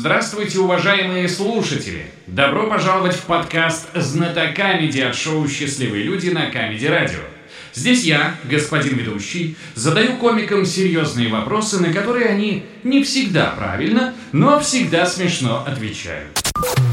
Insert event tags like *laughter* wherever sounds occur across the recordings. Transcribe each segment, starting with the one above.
Здравствуйте, уважаемые слушатели! Добро пожаловать в подкаст «Знатокамеди» от шоу «Счастливые люди» на Камеди Радио. Здесь я, господин ведущий, задаю комикам серьезные вопросы, на которые они не всегда правильно, но всегда смешно отвечают.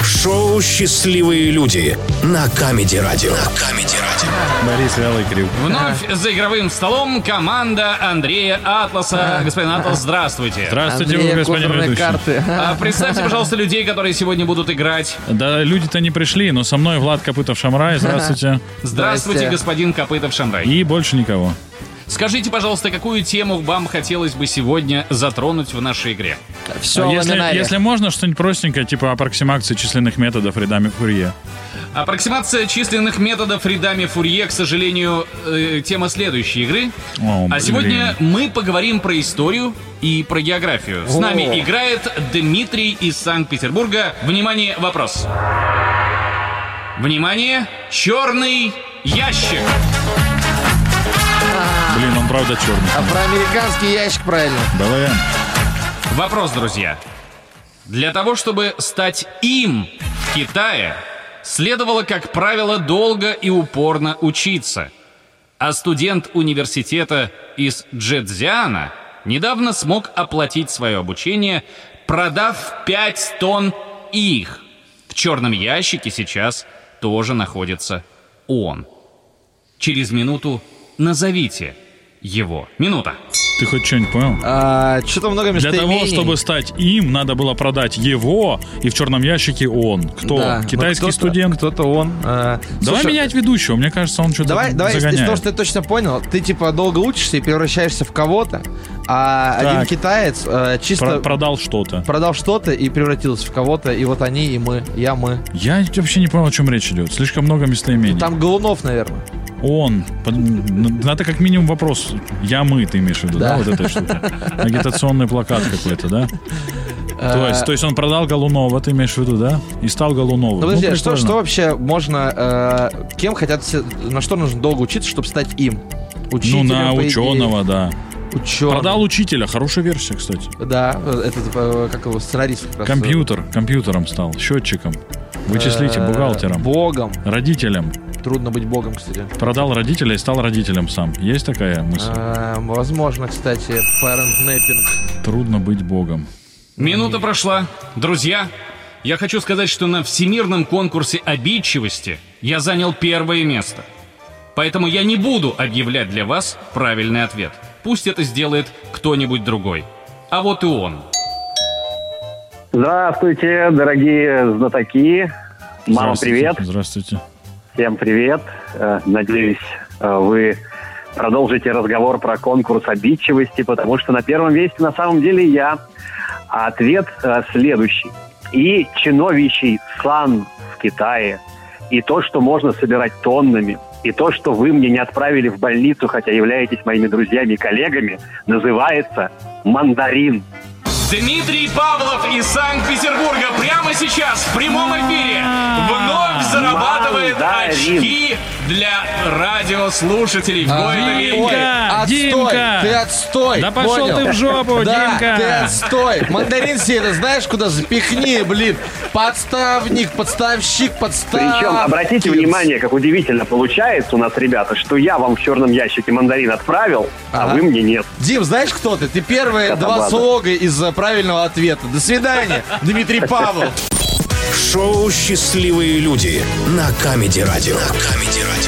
Шоу «Счастливые люди» на Камеди Радио. На Камеди Радио. Борис Вялый Крюк. Вновь за игровым столом команда Андрея Атласа. Господин Атлас, здравствуйте. Здравствуйте, Андрея господин козырной ведущий. карты. *laughs* А Представьте, пожалуйста, людей, которые сегодня будут играть. Да, люди-то не пришли, но со мной Влад Копытов Шамрай, здравствуйте. Здравствуйте, Здрасте. господин Копытов Шамрай. И больше никого. Скажите, пожалуйста, какую тему вам хотелось бы сегодня затронуть в нашей игре? Все А если, если можно, что-нибудь простенькое, типа аппроксимации численных методов рядами Фурье. Аппроксимация численных методов рядами Фурье, к сожалению, э, тема следующей игры. О, А блин. сегодня мы поговорим про историю и про географию. С О. нами играет Дмитрий из Санкт-Петербурга. Внимание, вопрос. Внимание, черный ящик. Блин, он правда черный. А про американский ящик правильно. Давай. Вопрос, друзья. Для того, чтобы стать им в Китае, следовало, как правило, долго и упорно учиться. А студент университета из Джедзиана недавно смог оплатить свое обучение, продав 5 тонн их. В черном ящике сейчас тоже находится он. Через минуту назовите его. Минута. Ты хоть что-нибудь понял? Что-то А, много Для того, местоимений. чтобы стать им, надо было продать его, и в черном ящике он. Кто? Да. он? Китайский Ну, кто-то- студент. Кто-то он. а. Давай Слушай, менять ведущего, мне кажется, он что-то Давай, давай, из из загоняет. того, что я точно понял, ты типа долго учишься и превращаешься в кого-то, а Так. один китаец а, Про- чисто продал что-то. продал что-то и превратился в кого-то, и вот они и мы, я мы. Я вообще не понял, о чем речь идет. Слишком много местоимений. Там Голунов, наверное. Он. Под- н- Надо как минимум вопрос. Я мы, ты имеешь в виду, да, Да. вот эта штука? Агитационный плакат какой-то, да? А, То есть, то есть он продал Голунова, ты имеешь в виду, да? И стал Голуновым. Ну, подожди, а что, прикольно. что вообще можно, э, кем хотят, все- на что нужно долго учиться, чтобы стать им? Ну, Учителем, на по идее. ученого, да. Ученым. Продал учителя, хорошая версия, кстати. Да, э, это типа, э, как его, сценарист как раз. Компьютер, компьютером стал, счетчиком, вычислитель, Э, бухгалтером, Богом. родителем. Трудно быть богом, кстати. Продал родителя и стал родителем сам. Есть такая мысль? Э, Возможно, кстати, parent Трудно быть богом. Минута прошла. Друзья, я хочу сказать, что на всемирном конкурсе обидчивости я занял первое место. Поэтому я не буду объявлять для вас правильный ответ. Пусть это сделает кто-нибудь другой. А вот и он. Здравствуйте, дорогие знатоки. Мама, Здравствуйте. привет. Здравствуйте. Всем привет. Э, Надеюсь, э, вы продолжите разговор про конкурс обидчивости, потому что на первом месте на самом деле я. А ответ э, следующий. И чиновичий сан в Китае, и то, что можно собирать тоннами, и то, что вы мне не отправили в больницу, хотя являетесь моими друзьями и коллегами, называется мандарин. Дмитрий Павлов из Санкт-Петербурга прямо сейчас в прямом эфире вновь зарабатывает Мандарин. очки для радиослушателей в городе Минске. Димка, Димка. Отстой! Ты отстой! Да пошел понял? ты в жопу, *laughs* Да, Димка. ты отстой! Мандарин себе, это знаешь, куда запихни, блин! Подставник, подставщик, подстав... Причем, обратите внимание, как удивительно получается у нас, ребята, что я вам в черном ящике мандарин отправил, а Ага. вы мне нет. Дим, знаешь, кто ты? Ты первые два Катабаза. слога из э, правильного ответа. До свидания, Дмитрий Павлов. Шоу «Счастливые люди» на Камеди Радио. На Камеди Радио.